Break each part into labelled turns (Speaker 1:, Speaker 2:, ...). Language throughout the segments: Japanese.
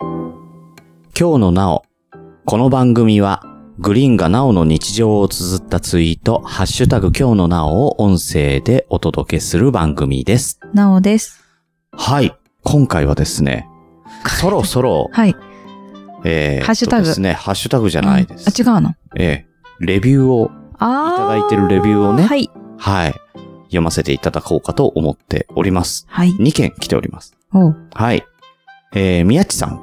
Speaker 1: 今日のなお。この番組は、グリーンがなおの日常を綴ったツイート、ハッシュタグ今日のなおを音声でお届けする番組です。
Speaker 2: なおです。
Speaker 1: はい。今回はですね、そろそ ろ、
Speaker 2: はい。
Speaker 1: えーっと
Speaker 2: ハッシュタグ
Speaker 1: ですね、ハッシュタグじゃないです。
Speaker 2: うんあ、違うの。
Speaker 1: ええレビューを、
Speaker 2: ああ。
Speaker 1: いただいてるレビューをね
Speaker 2: はい。
Speaker 1: はい、読ませていただこうかと思っております。
Speaker 2: はい。
Speaker 1: 2件来ております。
Speaker 2: おう
Speaker 1: はい。えー、宮地さん。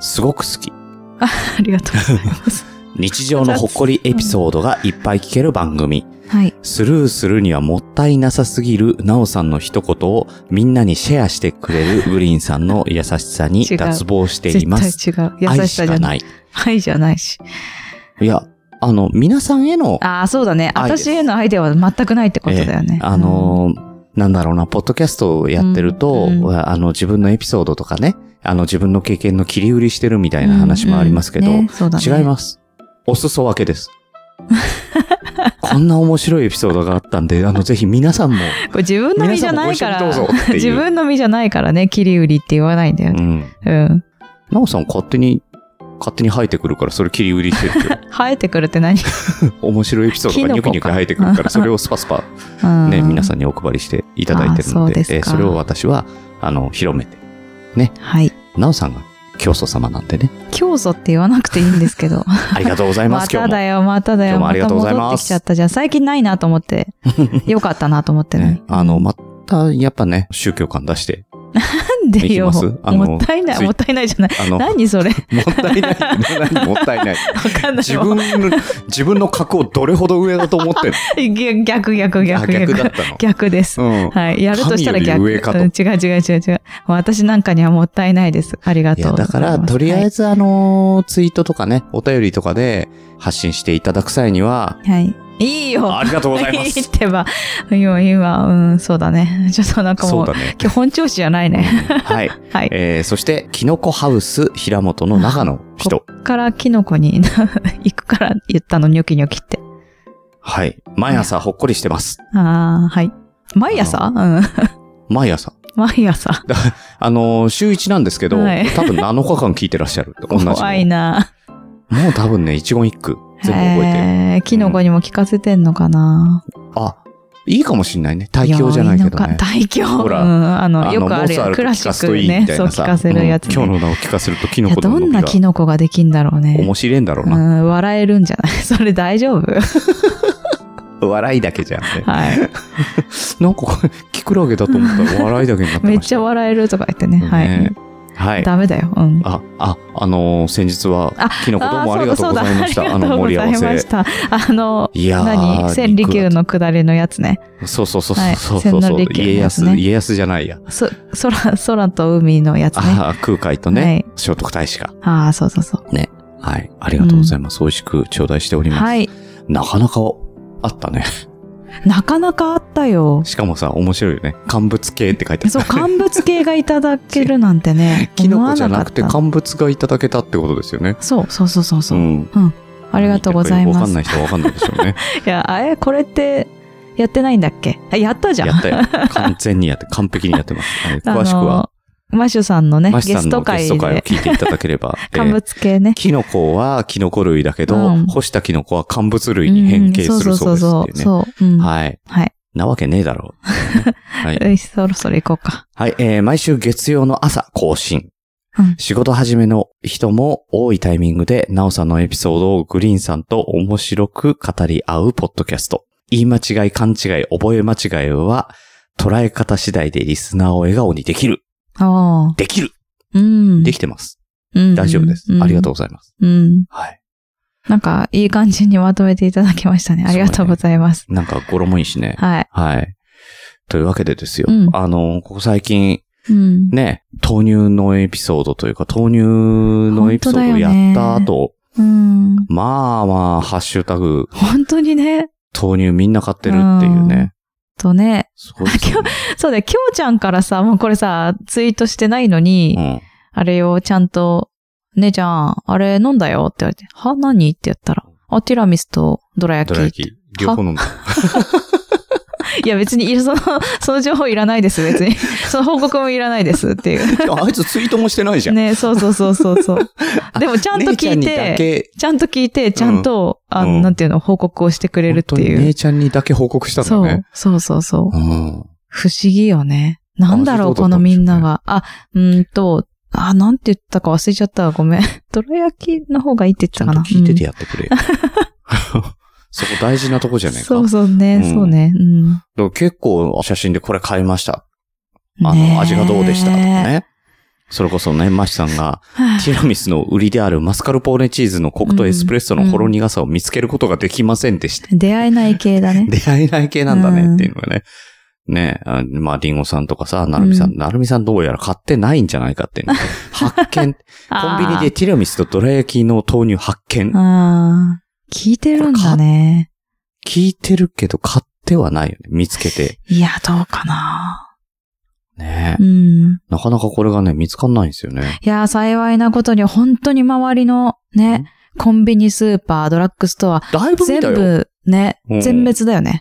Speaker 1: すごく好き。
Speaker 2: ありがとうございます。
Speaker 1: 日常のほっこりエピソードがいっぱい聞ける番組。
Speaker 2: はい。
Speaker 1: スルーするにはもったいなさすぎるなおさんの一言をみんなにシェアしてくれるグリーンさんの優しさに
Speaker 2: 違う
Speaker 1: 脱帽してい
Speaker 2: 絶
Speaker 1: ます。
Speaker 2: 対違う。優
Speaker 1: 愛
Speaker 2: し
Speaker 1: し
Speaker 2: さじ
Speaker 1: か
Speaker 2: ゃない。
Speaker 1: ない。
Speaker 2: 愛じゃないし。
Speaker 1: いや、あの、皆さんへの、あ、
Speaker 2: ああ、そうだね。
Speaker 1: 愛です
Speaker 2: 私へのアイデアは全くないってことだよね。
Speaker 1: のー、なんだろうな、ポッドキャストをやってると、
Speaker 2: うんうん
Speaker 1: あの、自分のエピソードとかね、あの、自分の経験の切り売りしてるみた
Speaker 2: うん、
Speaker 1: いな話もありますけど、
Speaker 2: うんねそうだね。
Speaker 1: 違います。お裾分け です。こんな面白いエピソードがあったんで、あの、ぜひ皆さんも、
Speaker 2: す。これ自分の身
Speaker 1: 皆
Speaker 2: じ
Speaker 1: さ
Speaker 2: ゃ
Speaker 1: んも
Speaker 2: な
Speaker 1: ご
Speaker 2: い
Speaker 1: 一
Speaker 2: か
Speaker 1: 緒に
Speaker 2: ら
Speaker 1: どうぞ。っていう。
Speaker 2: 自分の身じゃないからね、切り売りって言わないんだよ
Speaker 1: う
Speaker 2: ね。
Speaker 1: ん。
Speaker 2: うん。
Speaker 1: なおさん勝手に、勝手に生えてくるから、それ切り売りして るけ
Speaker 2: 生えてくるって何
Speaker 1: ど面白いエピソードがニョキニョキ生えてく るから、それをスパスパ、ね、皆さ
Speaker 2: ん。
Speaker 1: んにお配りしていただいてる
Speaker 2: あ
Speaker 1: の
Speaker 2: そう
Speaker 1: で、
Speaker 2: で
Speaker 1: え
Speaker 2: す
Speaker 1: ーそ
Speaker 2: か
Speaker 1: れを私は、あの、広めて。
Speaker 2: はい。
Speaker 1: なおさんが教祖様なんで ね。
Speaker 2: 教祖って言わなくていいんですけど。
Speaker 1: ありがとうございま、
Speaker 2: ます
Speaker 1: 今
Speaker 2: た
Speaker 1: 日も
Speaker 2: だ。よ、まただ
Speaker 1: 今
Speaker 2: よ。
Speaker 1: 日もありがとうございます
Speaker 2: た戻ってきちゃったじゃん。最近ないなと思 って。よかったなと思ってね
Speaker 1: ね。、あの、また、やっぱね、宗教感出して。
Speaker 2: なんでよ。
Speaker 1: いきますあの
Speaker 2: もったいな
Speaker 1: つい
Speaker 2: い、もったいないじゃない。
Speaker 1: あの、もっ
Speaker 2: 何それ わ
Speaker 1: たいない。何もったい ない。
Speaker 2: かんない。
Speaker 1: 自分の、自分の格をどれほど上だと思ってんの
Speaker 2: 逆、逆、逆、
Speaker 1: あ
Speaker 2: 逆。
Speaker 1: 逆だっ
Speaker 2: 逆
Speaker 1: たの。
Speaker 2: 逆です。
Speaker 1: うん。
Speaker 2: はい。やるとしたら逆。
Speaker 1: 神より上かと
Speaker 2: うん違う違う違う違う。私なんかにはもったいないです。ありが
Speaker 1: い
Speaker 2: と
Speaker 1: や、
Speaker 2: うござい
Speaker 1: だ
Speaker 2: ます。
Speaker 1: から、とりあえず、あのーツイートとかね、お便りとかで発信していただく際には、
Speaker 2: はい。はい。いいよ。
Speaker 1: ありがとうございま
Speaker 2: いいっ
Speaker 1: す。
Speaker 2: てば。いいわ、いいわ。うん、そうだね。ちょっとなん か
Speaker 1: そ
Speaker 2: も
Speaker 1: う
Speaker 2: う、
Speaker 1: だね。
Speaker 2: 今日本調子じゃないね。
Speaker 1: はい。
Speaker 2: はい。
Speaker 1: えー、そして、キノコハウス平本の中の人。
Speaker 2: こっからキノコに 行くから言ったの、ニョキニョキって。
Speaker 1: はい。毎朝ほっこりしてます。
Speaker 2: ああ、はい。毎朝うん。
Speaker 1: 毎朝。
Speaker 2: 毎朝。
Speaker 1: あのー週1なんですけど、
Speaker 2: はい
Speaker 1: 多分7日間聞いてらっしゃ る。同じの。
Speaker 2: 怖いな。
Speaker 1: もう多分ね、一言一句、全部覚えてる。
Speaker 2: えーキノコにも効かせてんのかな。
Speaker 1: あ、いいかもしんないね。大教じゃないけどね。
Speaker 2: 大凶。
Speaker 1: ほら
Speaker 2: うん、あの、
Speaker 1: の
Speaker 2: よく
Speaker 1: モ
Speaker 2: ある
Speaker 1: ーツァ
Speaker 2: や
Speaker 1: ル
Speaker 2: つ。
Speaker 1: ト
Speaker 2: クラシ
Speaker 1: 聞かす
Speaker 2: ッ
Speaker 1: と
Speaker 2: ク
Speaker 1: いい
Speaker 2: ね
Speaker 1: み。たい
Speaker 2: そう、
Speaker 1: な
Speaker 2: 効
Speaker 1: さ
Speaker 2: かせるやつね。
Speaker 1: うん今日の名を聞かせるとキ
Speaker 2: い
Speaker 1: ノ
Speaker 2: や
Speaker 1: コの
Speaker 2: ど
Speaker 1: 伸
Speaker 2: ん
Speaker 1: び
Speaker 2: な
Speaker 1: が
Speaker 2: キノコができんだろうね
Speaker 1: 面。白いんだろう
Speaker 2: う
Speaker 1: な。
Speaker 2: ん、笑えるんじゃない それ大丈夫
Speaker 1: 笑いだけじゃんね。
Speaker 2: はい。
Speaker 1: なんかこれ、キクラゲだと思った ら笑いだけになって
Speaker 2: めっ
Speaker 1: まし
Speaker 2: ち
Speaker 1: た。
Speaker 2: ゃ笑えるとか言ってね。は
Speaker 1: ね
Speaker 2: い。
Speaker 1: はい。
Speaker 2: ダメだよ。うん。
Speaker 1: あ、あ、あのー先日は
Speaker 2: あ、
Speaker 1: キノコどうもありがとうございました。
Speaker 2: あ
Speaker 1: あ
Speaker 2: りがと
Speaker 1: の、
Speaker 2: うご
Speaker 1: 盛り合
Speaker 2: ざい
Speaker 1: わ
Speaker 2: ま
Speaker 1: せ
Speaker 2: し。た。あの、
Speaker 1: いやー
Speaker 2: 何千利休の下りのやつね。
Speaker 1: そうそうそう
Speaker 2: はい
Speaker 1: そうそう
Speaker 2: 千
Speaker 1: そう。
Speaker 2: 利休の
Speaker 1: 家
Speaker 2: やつね
Speaker 1: 康、家康じゃないや。
Speaker 2: そ、空、空と海のやつね。
Speaker 1: ああ、空海と
Speaker 2: は
Speaker 1: ね
Speaker 2: い、
Speaker 1: 聖徳太子が。
Speaker 2: ああ、そうそうそう。
Speaker 1: はい。ありがとうございます。美味しく頂戴しております。
Speaker 2: はい。
Speaker 1: なかなかあったね。
Speaker 2: なかなかあったよ。
Speaker 1: しかもさ、面白いよね。乾物系って書いてある。 。
Speaker 2: そう、乾物系がいただけるなんてね
Speaker 1: キノコじゃなくて
Speaker 2: 思わかっ
Speaker 1: 乾物がいただけたってことですよね。
Speaker 2: たそうそうそうそうそう、
Speaker 1: ん。
Speaker 2: ありがとうござい
Speaker 1: わ
Speaker 2: ま
Speaker 1: か
Speaker 2: す。
Speaker 1: んない人はわかんないでしょうね。
Speaker 2: いや、あれ、これって、やってないんだっけあや ったじゃん。
Speaker 1: やったよ。完全にやって、完璧にやってます。はい
Speaker 2: あの
Speaker 1: 詳しくは、
Speaker 2: マシュさんのね、
Speaker 1: マ
Speaker 2: ゲ
Speaker 1: シさん
Speaker 2: ス
Speaker 1: の
Speaker 2: ト
Speaker 1: ゲ
Speaker 2: 会
Speaker 1: スト会を
Speaker 2: で、
Speaker 1: 聞いていただけれ ば。えー
Speaker 2: 乾物系ね。
Speaker 1: キノコはキノコ類だけど、
Speaker 2: うん
Speaker 1: 干したキノコは乾物類に変形するそうです
Speaker 2: そ
Speaker 1: って
Speaker 2: う
Speaker 1: いうね。
Speaker 2: そうそう。うん、はい。
Speaker 1: はい。なわけねえだろう。 はい。
Speaker 2: よしそろそろ行こうか。
Speaker 1: はい、えー毎週月曜の朝更新。
Speaker 2: うん
Speaker 1: 仕事始めの人も多いタイミングで、なおさんのエピソードをグリーンさんと面白く語り合うポッドキャスト。言い間違い、勘違い、覚え間違いは、捉え方次第でリスナーを笑顔にできる。
Speaker 2: ああ。
Speaker 1: できる
Speaker 2: うん。
Speaker 1: できてます。
Speaker 2: うん
Speaker 1: 大丈夫です。ありがとうございます。
Speaker 2: うん。うん。
Speaker 1: はい。
Speaker 2: なんか、いい感じにまとめていただきましたね。ありがとうございます。
Speaker 1: なんか、語呂もいいしね。
Speaker 2: はい。
Speaker 1: はい。というわけでですよ。
Speaker 2: うん
Speaker 1: あの、ここ最近、
Speaker 2: うん。
Speaker 1: ね、豆乳のエピソードというか、豆乳のエピソードをやった
Speaker 2: 本当だ
Speaker 1: 後、
Speaker 2: うん。
Speaker 1: まあまあ、ハッシュタグ、
Speaker 2: 本当にね。
Speaker 1: 豆乳みんな買ってるっていうね。
Speaker 2: とね。
Speaker 1: すごいですよね。
Speaker 2: そうだよ、きょうちゃんからさ、もうこれさ、ツイートしてないのに、
Speaker 1: うん。
Speaker 2: あれをちゃんと、姉ちゃん、あれ飲んだよって言われて、は何って言ったら、あ、ティラミスとどら
Speaker 1: ド
Speaker 2: 焼
Speaker 1: ラ
Speaker 2: き
Speaker 1: 焼
Speaker 2: って。
Speaker 1: き、両方飲んだ。
Speaker 2: いや別にいや、その、その情報いらないです、 別に。その報告もいらないですっていう。
Speaker 1: でもあいつツイートもしてない じゃん。
Speaker 2: ね、そうそうそうそうそう。でもちゃんと
Speaker 1: 姉ちゃん
Speaker 2: 聞い
Speaker 1: にだ
Speaker 2: て、
Speaker 1: け、
Speaker 2: ちゃんと聞いて、ちゃんと、あ
Speaker 1: う
Speaker 2: の、
Speaker 1: ん
Speaker 2: なんていうの、報告をしてくれるってい
Speaker 1: 本当に
Speaker 2: う。
Speaker 1: 姉ちゃんにだけ報告したんだ
Speaker 2: そう
Speaker 1: ね。
Speaker 2: そうそうそう。
Speaker 1: うん。
Speaker 2: 不思議よね。なんだ
Speaker 1: あそ
Speaker 2: ろう、
Speaker 1: ういうことだ
Speaker 2: こ
Speaker 1: った
Speaker 2: の
Speaker 1: んで
Speaker 2: み
Speaker 1: すね
Speaker 2: んなが。あ、うーんと、あ、なんて言ったか忘れちゃったわ。ごめん。 どら焼きの方がいいって言って
Speaker 1: ちゃ
Speaker 2: た
Speaker 1: ん
Speaker 2: か
Speaker 1: と
Speaker 2: な。
Speaker 1: 聞いてて
Speaker 2: や
Speaker 1: やってくれよ。 そこ大事なとこじゃないか。
Speaker 2: そうそうね、
Speaker 1: うん
Speaker 2: そうね。うん。
Speaker 1: でも結構写真でこれ買いました。あ
Speaker 2: ねえ
Speaker 1: の、味がどうでしたとか。ね。それこそね、マシさん が、ティラミスの売りであるマスカルポーネチーズのコクとエスプレッソのほろ苦さを見つけることができませんでした。
Speaker 2: 出会えない系だ ね。
Speaker 1: 出会えない系なんだねっていうのがね。ねあまあ、リンゴさんとかさ、なるみさん、
Speaker 2: う
Speaker 1: なるみさんどうやら買ってないんじゃないかっていうの 発見。コンビニでティラミスとドラ焼きの豆乳発見
Speaker 2: あー。あー聞いてるんだね。
Speaker 1: 聞いてるけど買ってはないよね。見つけて。
Speaker 2: いや、どうかな。
Speaker 1: ね
Speaker 2: うん。
Speaker 1: なかなかこれがね、見つかんないんですよね。
Speaker 2: いや、幸いなことに、本当に周りのね、コンビニ、スーパー、ドラッグストア、
Speaker 1: だいぶ見
Speaker 2: 全
Speaker 1: たよ。
Speaker 2: 部ね、
Speaker 1: うん
Speaker 2: 全滅だよね。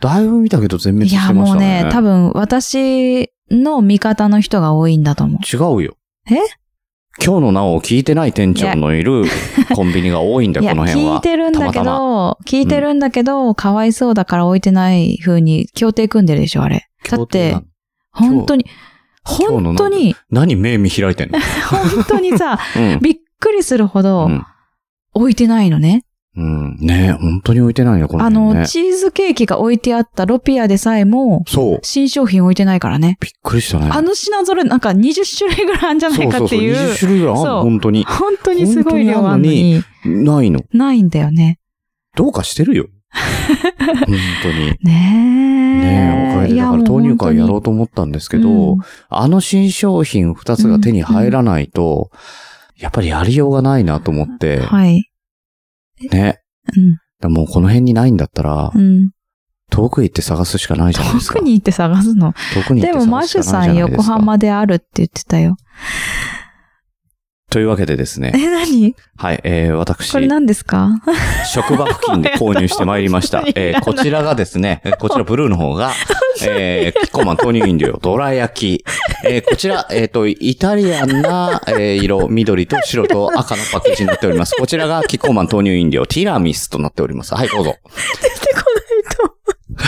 Speaker 1: だいぶ見たけど全滅
Speaker 2: い
Speaker 1: し
Speaker 2: や、
Speaker 1: てまし
Speaker 2: もう
Speaker 1: たね。
Speaker 2: ね、多分私の味方の人が多いんだと思う。
Speaker 1: 違うよ。
Speaker 2: え
Speaker 1: 今日のなお聞いてない店長のいるコンビニが多いんだ
Speaker 2: い
Speaker 1: よ、
Speaker 2: や、
Speaker 1: この辺は。
Speaker 2: 聞いてるんだけ
Speaker 1: たまた
Speaker 2: ど、
Speaker 1: ま
Speaker 2: 聞いてるんだけど、かわいそうだから置いてない風に協定組んでるでしょ、あれ。
Speaker 1: 今日
Speaker 2: だっ
Speaker 1: どう
Speaker 2: て
Speaker 1: なの、
Speaker 2: 本当に、
Speaker 1: 今日
Speaker 2: 本当 に、
Speaker 1: 何目見開い てんの
Speaker 2: 本当にさ、
Speaker 1: うん。
Speaker 2: びっくりするほど
Speaker 1: うん
Speaker 2: 置いてないのね。
Speaker 1: うん。ねえ本当に置いてないよ、この
Speaker 2: あ
Speaker 1: 辺
Speaker 2: の、
Speaker 1: ね。
Speaker 2: チーズケーキが置いてあったロピアでさえも、
Speaker 1: そう。
Speaker 2: 新商品置いてないからね。
Speaker 1: びっくりしたね。
Speaker 2: あの品ぞろえなんか20種類ぐらいあるんじゃないかっていう。
Speaker 1: そうそうそう、20種類ぐらいある
Speaker 2: そう
Speaker 1: の、本当に。
Speaker 2: 本当にすごい量あるのに、
Speaker 1: ないの。
Speaker 2: ないんだよね。
Speaker 1: どうかして るよ。本当に。
Speaker 2: ねえ。
Speaker 1: ねえ、おかげで、
Speaker 2: い
Speaker 1: だ
Speaker 2: や
Speaker 1: から豆乳会やろう
Speaker 2: と
Speaker 1: と思ったんですけど、あの新商品2つが手に入らないと、やっぱりやりようがないなと思って、
Speaker 2: はい。
Speaker 1: ね。
Speaker 2: うん。
Speaker 1: だからもうこの辺にないんだったら、
Speaker 2: うん。
Speaker 1: 遠くへ行って探すしかないじゃないです
Speaker 2: 遠
Speaker 1: か。
Speaker 2: くに行って探す の。
Speaker 1: 遠くに行っ
Speaker 2: で
Speaker 1: て
Speaker 2: も、
Speaker 1: 探
Speaker 2: マ
Speaker 1: す
Speaker 2: ッ
Speaker 1: し
Speaker 2: シュ
Speaker 1: か
Speaker 2: さ
Speaker 1: ないじゃない
Speaker 2: ん
Speaker 1: ですか。
Speaker 2: 横浜であるって言ってたよ。
Speaker 1: というわけでですね。
Speaker 2: え、何
Speaker 1: はい、えー、私
Speaker 2: こ、れ何ですか
Speaker 1: 職場付近で購入してまいり ました
Speaker 2: 本。当にい
Speaker 1: え
Speaker 2: らない
Speaker 1: ー、こちらがですね、えーこちらブルーの方 が、えー、キッコーマン豆乳飲料、どら焼き。えー、こちら、えっ、と、イタリアンな、えー色、緑と白と赤のパッケージになっております。こちらがキッコーマン豆乳飲料、ティラミスとなっております。はい、どうぞ。
Speaker 2: 出てこないと。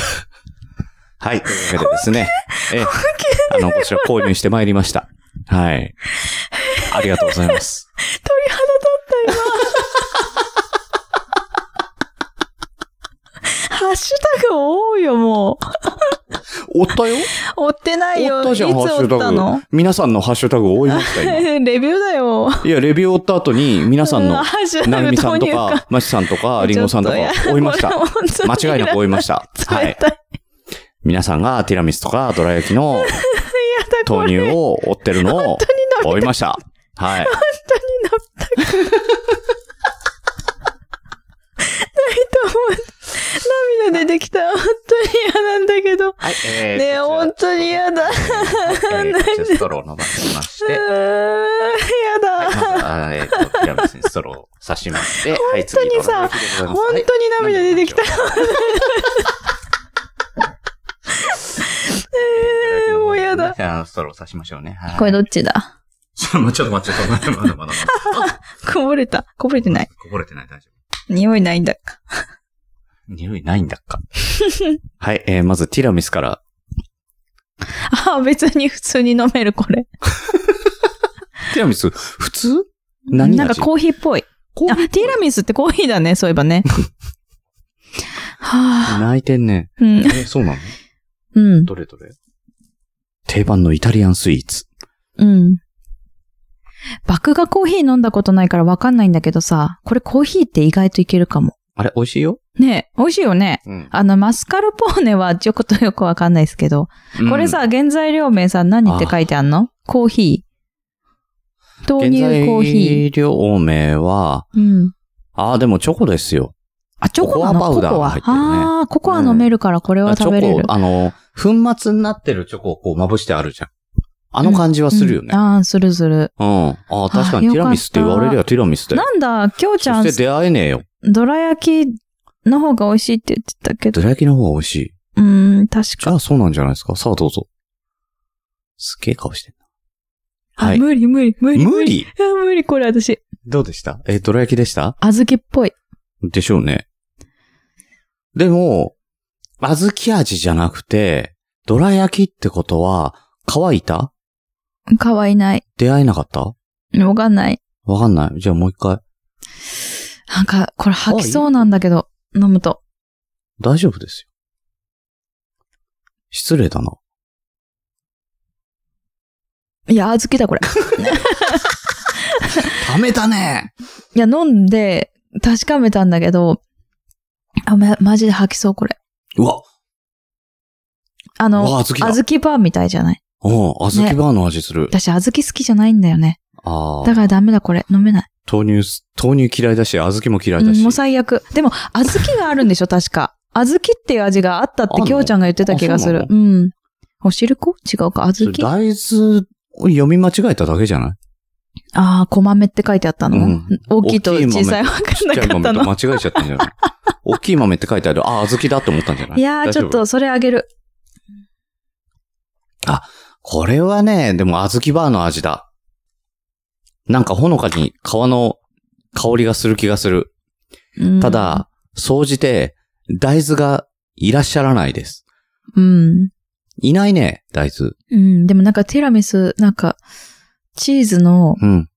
Speaker 1: はい、というわけでですね。えー、あの、こちら購入してまいりました。はい。ありがとうございます。
Speaker 2: 鳥肌だ った、今。ハッシュタグ多いよ、もう。
Speaker 1: おったよ
Speaker 2: 追ってないよ。
Speaker 1: おったじゃん、
Speaker 2: いつ
Speaker 1: ハッシ
Speaker 2: 追った
Speaker 1: ュタ
Speaker 2: の
Speaker 1: グ。皆さんのハッシュタグ追いま した、今。
Speaker 2: レビューだよ。
Speaker 1: いや、レビューを追った後に、皆さん
Speaker 2: う
Speaker 1: の、
Speaker 2: ハッシュ
Speaker 1: な
Speaker 2: タ
Speaker 1: るみ
Speaker 2: グ
Speaker 1: さん
Speaker 2: 投
Speaker 1: と
Speaker 2: 入 か
Speaker 1: か、。ましさんと か、りんごさんとか
Speaker 2: ちょっ、
Speaker 1: 追いました
Speaker 2: こ。れ本当に
Speaker 1: 間違いなく追いました。は
Speaker 2: 冷
Speaker 1: い。
Speaker 2: たい。
Speaker 1: 皆さんがティラミスとか、どら焼き の
Speaker 2: やだ、こ
Speaker 1: 豆
Speaker 2: れ。
Speaker 1: 乳を追ってるのを追いました。はい。
Speaker 2: 涙出てきた。本当に嫌なんだけど。
Speaker 1: はい、えー
Speaker 2: ね
Speaker 1: こち
Speaker 2: え、
Speaker 1: ら
Speaker 2: 本当に嫌だ。う
Speaker 1: えーこちらストローを伸ばしま して、はい
Speaker 2: ーん、嫌
Speaker 1: ま
Speaker 2: だ。
Speaker 1: ずあーえーとティラミスにストローを刺しまして、はい、次
Speaker 2: 本当にさ
Speaker 1: どら焼きでござ
Speaker 2: 本
Speaker 1: います
Speaker 2: 当に涙出てきた。。
Speaker 1: え
Speaker 2: えー、もう嫌だ。。
Speaker 1: ストローを刺しましょうね。はい
Speaker 2: これどっちだ
Speaker 1: ちょっと待って、ちょっと待って、まだまだまだ。
Speaker 2: こぼれた。こぼれてない。
Speaker 1: こぼれてない、大丈夫。
Speaker 2: 匂いないんだか。
Speaker 1: 匂いないんだっか。はい、えー、まずティラミスから。
Speaker 2: あ、別に普通に飲める、これ。
Speaker 1: ティラミス、普通何味
Speaker 2: なんかコーヒーっぽい。
Speaker 1: コー
Speaker 2: あ、
Speaker 1: ヒー
Speaker 2: ティラミスってコーヒーだね、そういえば ね。はぁ、
Speaker 1: 泣いてんね。
Speaker 2: う
Speaker 1: え
Speaker 2: ん。
Speaker 1: ーそうなの
Speaker 2: うん。
Speaker 1: どれどれ定番のイタリアンスイーツ。
Speaker 2: うん。麦芽コーヒー飲んだことないからわかんないんだけどさ、これコーヒーって意外といけるかも。
Speaker 1: あれ、美味しいよ
Speaker 2: ねえ、美味しいよね。
Speaker 1: うん。
Speaker 2: あの、マスカルポーネはちょこっとよくわかんないですけど、これさ、原材料名さ、何って書いてあんのコーヒー。
Speaker 1: うん、
Speaker 2: 豆乳コーヒー。
Speaker 1: 原材料名は、
Speaker 2: うん。
Speaker 1: あーでもチョコですよ。
Speaker 2: あ、チョコなの
Speaker 1: ココアパウダーが入ってるね
Speaker 2: ああー、ココア飲めるからこれは
Speaker 1: チ
Speaker 2: 食べれる。
Speaker 1: ョコ、あの、粉末になってるチョコをこうまぶしてあるじゃん。あの感じはするよね。
Speaker 2: ああ、するする。
Speaker 1: うん。あー確かに
Speaker 2: あ
Speaker 1: ティラミスって言われりゃティラミスだよ。
Speaker 2: なんだ、きょうちゃ
Speaker 1: そ
Speaker 2: ん
Speaker 1: し、て出会えねえよ。
Speaker 2: どら焼きの方が美味しいって言ってたけ
Speaker 1: ど
Speaker 2: ど。
Speaker 1: ら焼きの方が美味しい。
Speaker 2: うーん、確
Speaker 1: じ
Speaker 2: か。
Speaker 1: ゃあそうなんじゃないですか。さあどうぞ。すげえ顔してんな。
Speaker 2: あ
Speaker 1: はい。
Speaker 2: 無理無理無理。
Speaker 1: 無理
Speaker 2: あ無理これ私。
Speaker 1: どうでしたえー、どら焼きでした
Speaker 2: 小豆っぽい。
Speaker 1: でしょうね。でも、小豆味じゃなくて、どら焼きってことは、乾いた
Speaker 2: かわいない。
Speaker 1: 出会えなかった
Speaker 2: わかんない。
Speaker 1: わかんない。じゃあもう一回。
Speaker 2: なんか、これ吐きそうなんだけど、飲むと。
Speaker 1: 大丈夫ですよ。失礼だな。
Speaker 2: いや、小 豆だこれ。
Speaker 1: ダメだね
Speaker 2: いや、飲んで確かめたんだけど、あ、ま、マジで吐きそうこれ。
Speaker 1: うわ
Speaker 2: あ
Speaker 1: う
Speaker 2: の、
Speaker 1: わ、小
Speaker 2: 小
Speaker 1: 豆だ。
Speaker 2: 豆バーみたいじゃない
Speaker 1: うん、小豆バーの味する。
Speaker 2: 私、小豆好きじゃないんだよね。
Speaker 1: あ
Speaker 2: だ
Speaker 1: あ。
Speaker 2: からダメだこれ。飲めない。
Speaker 1: 豆乳す、豆乳嫌いだし、小豆も嫌いだ
Speaker 2: うん、
Speaker 1: し。
Speaker 2: もう最悪。でも、小豆があるんでしょ、確か。小豆っていう味があったっ
Speaker 1: あん
Speaker 2: て、
Speaker 1: の
Speaker 2: きょうちゃんが言ってた気がす
Speaker 1: あ
Speaker 2: る。
Speaker 1: そう
Speaker 2: うん。お汁粉違うか、
Speaker 1: そ
Speaker 2: 小
Speaker 1: れ
Speaker 2: 豆
Speaker 1: 大豆を読み間違えただけじゃない
Speaker 2: ああ、小豆って書いてあったの、
Speaker 1: うん
Speaker 2: 大きいと
Speaker 1: 大きい豆
Speaker 2: 小さいわか
Speaker 1: ち
Speaker 2: ん
Speaker 1: っちゃ
Speaker 2: ないかった
Speaker 1: 豆と
Speaker 2: の。
Speaker 1: 間違えちゃったんじゃない大きい豆って書いてある。ああ、小豆だって思ったんじゃない
Speaker 2: いやー、
Speaker 1: 大
Speaker 2: ち
Speaker 1: 丈夫
Speaker 2: ょっとそれあげる。
Speaker 1: これはね、でも小豆バーの味だ。なんかほのかに皮の香りがする気がする。
Speaker 2: うん
Speaker 1: た、だ、総じて大豆がいらっしゃらないです。
Speaker 2: うん。
Speaker 1: いないね、大豆。
Speaker 2: うん、でもなんかティラミス、なんか、チーズの
Speaker 1: うん。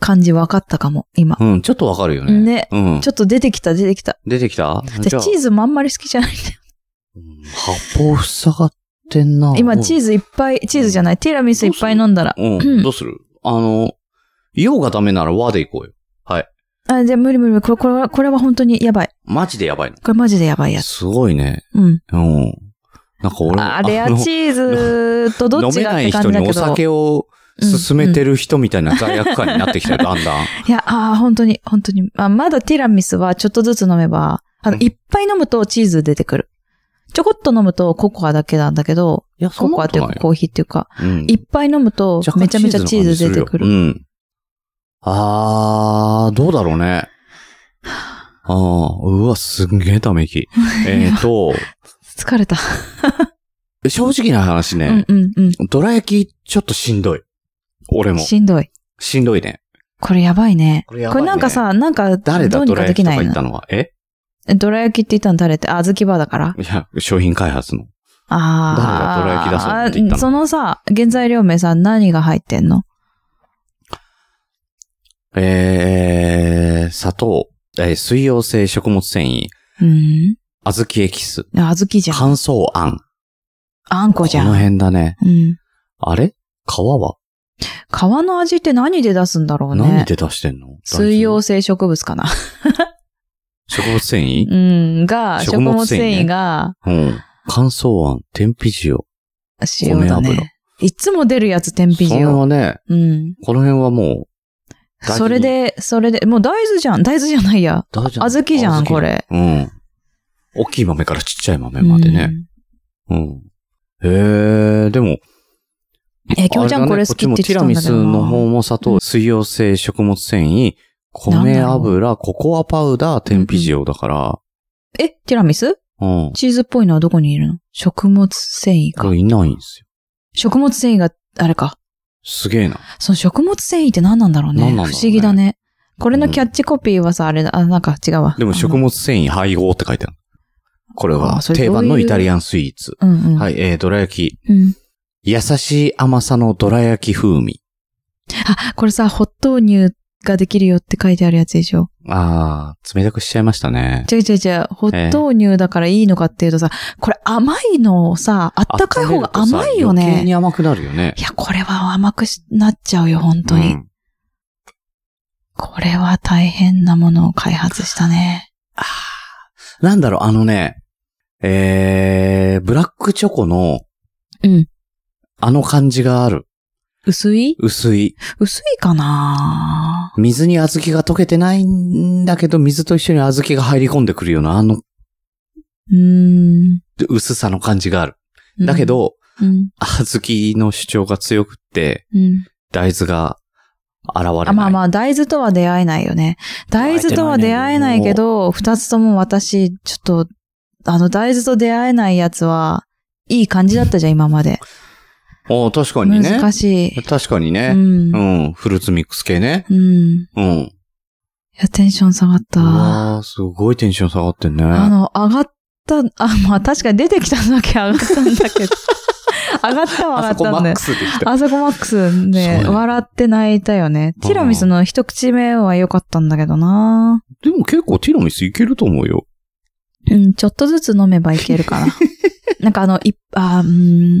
Speaker 2: 感じ分かったかも、今。
Speaker 1: うん、ちょっとわかるよね。
Speaker 2: ね
Speaker 1: うん。
Speaker 2: ちょっと出てきた、出てきた。
Speaker 1: 出てきた
Speaker 2: 私
Speaker 1: じゃあ
Speaker 2: チーズもあんまり好きじゃないんだよ。
Speaker 1: うん八方塞がってんな。
Speaker 2: 今、チ
Speaker 1: ー
Speaker 2: ーズいっぱい、チーズじゃない、ティラミスいっぱい飲んだら。
Speaker 1: うん、どうするあの、用がダメなら和でいこうよ。
Speaker 2: あ、じゃあ無理無理無理。これ、これは、これは本当にやばい。
Speaker 1: マジでやばいの。
Speaker 2: これマジでやばいやつ。
Speaker 1: すごいね。
Speaker 2: うん。
Speaker 1: うん。なんか俺も
Speaker 2: あ、レア
Speaker 1: の
Speaker 2: チーズとどっ
Speaker 1: 飲
Speaker 2: ち
Speaker 1: め
Speaker 2: がっ
Speaker 1: な
Speaker 2: て
Speaker 1: い
Speaker 2: 感
Speaker 1: 人
Speaker 2: じだ
Speaker 1: に
Speaker 2: け
Speaker 1: お
Speaker 2: ど。
Speaker 1: 酒を勧めてる人みたいな罪悪感になってきたよ、だんだん。
Speaker 2: いや、ああ、本当に、本当に。あまだティラミスはちょっとずつ飲めば、あの、
Speaker 1: うん
Speaker 2: いっぱい飲むとチーズ出てくる。ちょこっと飲むとココアだけなんだけど、
Speaker 1: いや、
Speaker 2: ココアっていうかコーヒーっていうか、
Speaker 1: うん
Speaker 2: いっぱい飲むと
Speaker 1: 若干
Speaker 2: めちゃめちゃチーズ出て
Speaker 1: チー
Speaker 2: く
Speaker 1: ズの感じすよう
Speaker 2: る。
Speaker 1: ん。あー、どうだろうね。あー、うわ、すんげえため息。えっと、
Speaker 2: 疲れた。
Speaker 1: 正直な話
Speaker 2: う
Speaker 1: ね
Speaker 2: ん、うんう
Speaker 1: どら焼きちょっとしんどい。俺
Speaker 2: ん。
Speaker 1: も。
Speaker 2: しんどい。
Speaker 1: しんどいね。
Speaker 2: これやばいね。
Speaker 1: これやば
Speaker 2: こ
Speaker 1: い
Speaker 2: れ
Speaker 1: ね
Speaker 2: なんかさ、なんか、
Speaker 1: 誰
Speaker 2: ど
Speaker 1: だ、
Speaker 2: う
Speaker 1: ど
Speaker 2: に
Speaker 1: ら
Speaker 2: か
Speaker 1: 焼き
Speaker 2: でき
Speaker 1: と
Speaker 2: な
Speaker 1: か
Speaker 2: い
Speaker 1: 言った
Speaker 2: の。
Speaker 1: のは。え
Speaker 2: えどら焼きって言ったの誰って、あずきバーだから。
Speaker 1: いや、商品開発の。
Speaker 2: あ
Speaker 1: 誰
Speaker 2: あ。
Speaker 1: がどら焼き出そうって言ったの
Speaker 2: あそのさ、原材料名さ、何が入ってんの
Speaker 1: えー、砂糖、えー水溶性食物繊維、
Speaker 2: うん。
Speaker 1: 小豆エキス、
Speaker 2: あずきじゃん。
Speaker 1: 乾燥あん。
Speaker 2: あんこじゃ
Speaker 1: この
Speaker 2: ん。
Speaker 1: 辺だね。
Speaker 2: うん。
Speaker 1: あれ皮は
Speaker 2: 皮の味って何で出すんだろう
Speaker 1: 何
Speaker 2: ね。
Speaker 1: で出してんの
Speaker 2: 水
Speaker 1: 大
Speaker 2: 溶
Speaker 1: 豆
Speaker 2: 性植物かな。
Speaker 1: 植物繊維
Speaker 2: うん。が、
Speaker 1: 食
Speaker 2: 食
Speaker 1: 物
Speaker 2: 物
Speaker 1: 繊
Speaker 2: 繊
Speaker 1: 維ね
Speaker 2: 維が、
Speaker 1: うん。乾燥あん、天日塩。
Speaker 2: 塩だ
Speaker 1: 米油
Speaker 2: ね。いつも出るやつ、天日
Speaker 1: その
Speaker 2: 塩。
Speaker 1: はね、
Speaker 2: うん。
Speaker 1: この辺はもう、
Speaker 2: それで、それで、もう大豆じゃん。大豆じゃないや。
Speaker 1: 大事な、
Speaker 2: 小豆じゃん、これ。
Speaker 1: 小豆。うん。大きい豆からちっちゃい豆までね。うん。へえ、でも、
Speaker 2: うん。え、きょうちゃ
Speaker 1: あ
Speaker 2: んこ
Speaker 1: だね
Speaker 2: れ好きって言ってたんだけ
Speaker 1: こ
Speaker 2: ど
Speaker 1: っちもティラミス
Speaker 2: な
Speaker 1: の方も砂
Speaker 2: う
Speaker 1: 糖、
Speaker 2: ん
Speaker 1: 水溶性食物繊維、
Speaker 2: なん
Speaker 1: 米
Speaker 2: だろう
Speaker 1: 油、ココアパウダー、天日塩だから、
Speaker 2: え、ティラミス
Speaker 1: うん。
Speaker 2: チーズっぽいのはどこにいるの食物繊維
Speaker 1: こ
Speaker 2: か
Speaker 1: れ。いないんですよ。
Speaker 2: 食物繊維が、あれか。
Speaker 1: すげえな。
Speaker 2: その食物繊維って何なんだろうね。
Speaker 1: 何なんだろうね
Speaker 2: 不思議だね。これのキャッチコピーはさ、あれだ、あ、なんか違うわ。
Speaker 1: でも食
Speaker 2: あの
Speaker 1: 物繊維配合って書いてある。これは
Speaker 2: あそれ
Speaker 1: 定番
Speaker 2: ど
Speaker 1: の
Speaker 2: ういう
Speaker 1: イタリアンスイーツ。
Speaker 2: うんうん。
Speaker 1: はい、えー、どら焼き。
Speaker 2: うん。
Speaker 1: 優しい甘さのどら焼き風味。
Speaker 2: あ、これさ、ホット乳ができるよって書いてあるやつでしょ。
Speaker 1: あー、冷たくしちゃいましたね。
Speaker 2: 違う違う違う。ホット乳だからいいのかっていうとさ、これ甘いのをさ、あったかい方が甘いよ
Speaker 1: 温めるとさ余計に
Speaker 2: ね。
Speaker 1: 甘くなるよね
Speaker 2: い。や、これは甘くしなっちゃうよ、本当に。
Speaker 1: うん
Speaker 2: これは大変なものを開発したね。
Speaker 1: なんだろう、あのね、えー、ブラックチョコの、
Speaker 2: うん。
Speaker 1: あの感じがある。
Speaker 2: 薄い
Speaker 1: 薄い。
Speaker 2: 薄いかな
Speaker 1: 水に小豆が溶けてないんだけど、水と一緒に小豆が入り込んでくるような、あの
Speaker 2: うーん。
Speaker 1: 薄さの感じがある。
Speaker 2: うん
Speaker 1: だけ、ど、
Speaker 2: うん。
Speaker 1: 小豆の主張が強くって、
Speaker 2: うん。
Speaker 1: 大豆が現れない。
Speaker 2: あまあまあ、大豆とは出会えないよね。大豆とは出会えないけど、二つとも私、ちょっと、あの大豆と出会えないやつは、いい感じだったじゃん、今まで。
Speaker 1: おー確かにね。
Speaker 2: 難しい。
Speaker 1: 確かに
Speaker 2: う
Speaker 1: ね、
Speaker 2: ん
Speaker 1: う。ん。フルーツミックス系ね。
Speaker 2: うん。
Speaker 1: うん。
Speaker 2: いや、テンション下がった。
Speaker 1: う
Speaker 2: あ
Speaker 1: わーすごいテンション下がってんね。
Speaker 2: の、上がった、あ、まあ確かに出てきただけ上がったんだ けど。上がったは上が
Speaker 1: あ
Speaker 2: っ
Speaker 1: そこ
Speaker 2: た
Speaker 1: マ
Speaker 2: ん
Speaker 1: ッ
Speaker 2: で
Speaker 1: ク。スできた。
Speaker 2: あそこマックス
Speaker 1: そう
Speaker 2: ね、
Speaker 1: ね
Speaker 2: 笑って泣いたよね。ティラミスの一口目は良かったんだけどな
Speaker 1: でも結構ティラミスいけると思うよ。
Speaker 2: うん、ちょっとずつ飲めばいけるか な。なんかあの、い、あーうん。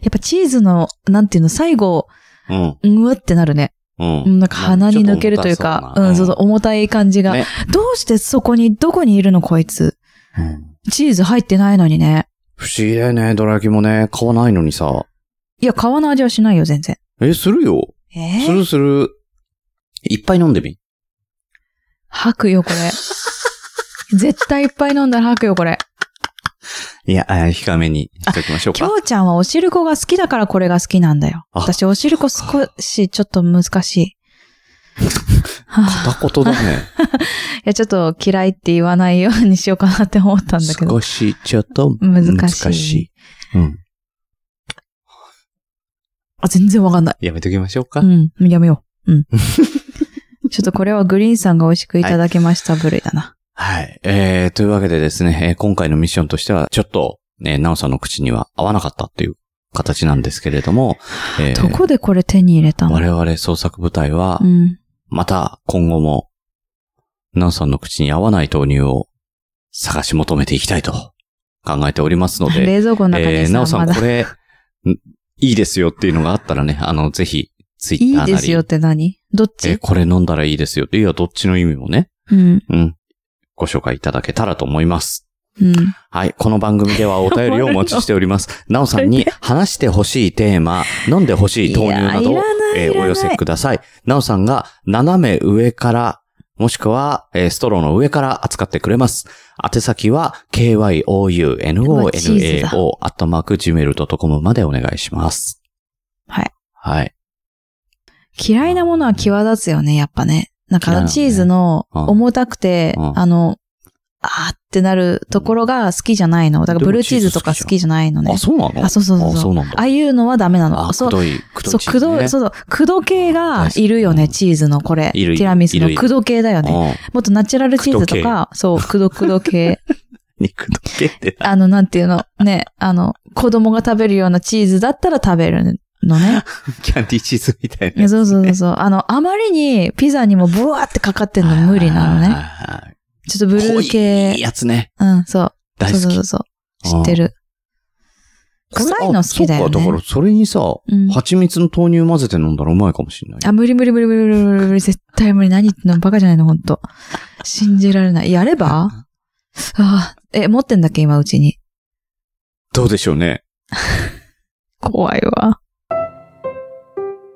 Speaker 2: やっぱチーズの、なんていうの、最後、
Speaker 1: うん。
Speaker 2: うんうわってなるね。
Speaker 1: うん。
Speaker 2: うんなんか鼻に抜けるというか、
Speaker 1: ちょっと重たそうな
Speaker 2: うん、そうそう、重たい感じが。
Speaker 1: ね
Speaker 2: どうしてそこに、どこにいるのこいつ。
Speaker 1: うん
Speaker 2: チーズ入ってないのにね。
Speaker 1: 不思議だよね、ドラ焼きもね。買わないのにさ。
Speaker 2: いや、皮の味はしないよ、全然。
Speaker 1: え、するよ。
Speaker 2: え
Speaker 1: するする。いっぱい飲んでみ。
Speaker 2: 吐くよ、こ れ。絶対いっぱい飲んだら吐くよ、これ。
Speaker 1: いや、あ控えめにしときましょう
Speaker 2: きょ
Speaker 1: か。
Speaker 2: うちゃんはおしるこが好きだからこれが好きなんだよ。
Speaker 1: あ
Speaker 2: 私、おしるこ少しちょっと難しい。はあ
Speaker 1: 片言だ ね。
Speaker 2: いや、ちょっと嫌いって言わないようにしようかなって思ったんだけ
Speaker 1: 少
Speaker 2: ど。
Speaker 1: し、ちょっと
Speaker 2: 難
Speaker 1: 難
Speaker 2: しい
Speaker 1: しい。うん。
Speaker 2: あ、全然わかんない。
Speaker 1: やめときましょうか。
Speaker 2: うん。やめよう。うん。 ちょっとこれはグリーンさんが美味しくいただきました部類だな。
Speaker 1: はい。えー、というわけでですね、えー今回のミッションとしては、ちょっと、ね、なおさんの口には合わなかったっていう形なんですけれども、えー
Speaker 2: どこでこれ手に入れたの
Speaker 1: 我々創作部隊は
Speaker 2: う、ん。
Speaker 1: また今後も、ナンさんの口に合わない豆乳を探し求めていきたいと考えておりますので、
Speaker 2: 冷蔵庫の中
Speaker 1: え
Speaker 2: に
Speaker 1: ー、ナオさ
Speaker 2: ま
Speaker 1: ん
Speaker 2: だ
Speaker 1: これ、んいいですよっていうのがあったらね、あの、ぜひ、ツイッタ
Speaker 2: い
Speaker 1: ーないり、
Speaker 2: ですよって何どっ
Speaker 1: えー
Speaker 2: ち
Speaker 1: これ飲んだらいいですよって、いや、どっちの意味もね、
Speaker 2: うん。
Speaker 1: うん、ご紹介いただけたらと思います。
Speaker 2: うん。
Speaker 1: はい。この番組ではお便りをお待ちしております。 なおさんに話してほしいテーマ、飲んでほしい豆乳など
Speaker 2: い
Speaker 1: を
Speaker 2: やいらない
Speaker 1: えー
Speaker 2: いらない
Speaker 1: お寄せください。なおさんが斜め上から、もしくは、えーストローの上から扱ってくれます。宛先は、
Speaker 2: チーズだ
Speaker 1: kyounounao.gmail.com までお願いします。
Speaker 2: はい。
Speaker 1: はい。
Speaker 2: 嫌いなものは際立つよね、やっぱね。なんかあ
Speaker 1: 嫌いなの
Speaker 2: の
Speaker 1: ね
Speaker 2: チーズの
Speaker 1: うん
Speaker 2: 重たくて、
Speaker 1: うん
Speaker 2: あの、あーってなるところが好きじゃないの。だからブルーチーズとか好きじゃないのね
Speaker 1: あ、。そうなの
Speaker 2: あ、そうそうそう
Speaker 1: あ
Speaker 2: そう。
Speaker 1: うなんだ。
Speaker 2: ああいうのはダメなの。
Speaker 1: あ、
Speaker 2: そ
Speaker 1: く
Speaker 2: う、
Speaker 1: どい、くど
Speaker 2: そう、くど、そうそう、くど系がいるよ
Speaker 1: う
Speaker 2: ね、
Speaker 1: ん
Speaker 2: チーズのこれ。
Speaker 1: いるいる
Speaker 2: ティラミス
Speaker 1: いるい
Speaker 2: の
Speaker 1: る
Speaker 2: くど系だよ
Speaker 1: う
Speaker 2: ね。
Speaker 1: ね。
Speaker 2: もっとナチュラルチーズとか、そう、くどくど系。
Speaker 1: 肉どけってな。
Speaker 2: あの、なんていうの、ね、あの、子供が食べるようなチーズだったら食べるのね。
Speaker 1: キャンディーチーズみ たい
Speaker 2: い
Speaker 1: な
Speaker 2: や。そうそうそうそう。あの、あまりにピザにもブワーってかかってんの無理なの
Speaker 1: はいはい
Speaker 2: ね。
Speaker 1: はい
Speaker 2: ちょっとブルー
Speaker 1: 濃い
Speaker 2: 系。
Speaker 1: やつね。
Speaker 2: うん、そう。
Speaker 1: 大
Speaker 2: そ
Speaker 1: 好
Speaker 2: うそう
Speaker 1: き
Speaker 2: そう。そう知ってる。
Speaker 1: これ
Speaker 2: 臭いの好きだよ
Speaker 1: あ
Speaker 2: ね
Speaker 1: そうかだから、それにさ、
Speaker 2: うん。
Speaker 1: 蜂蜜の豆乳混ぜて飲んだらうまいかもしれない。
Speaker 2: あ、無理無理無理無理無理無理無理。絶対無理。何言ってんのバカじゃないの、ほんと。信じられない。やればああ。え、持ってんだっけ今うちに。
Speaker 1: どうでしょうね。
Speaker 2: 怖いわ。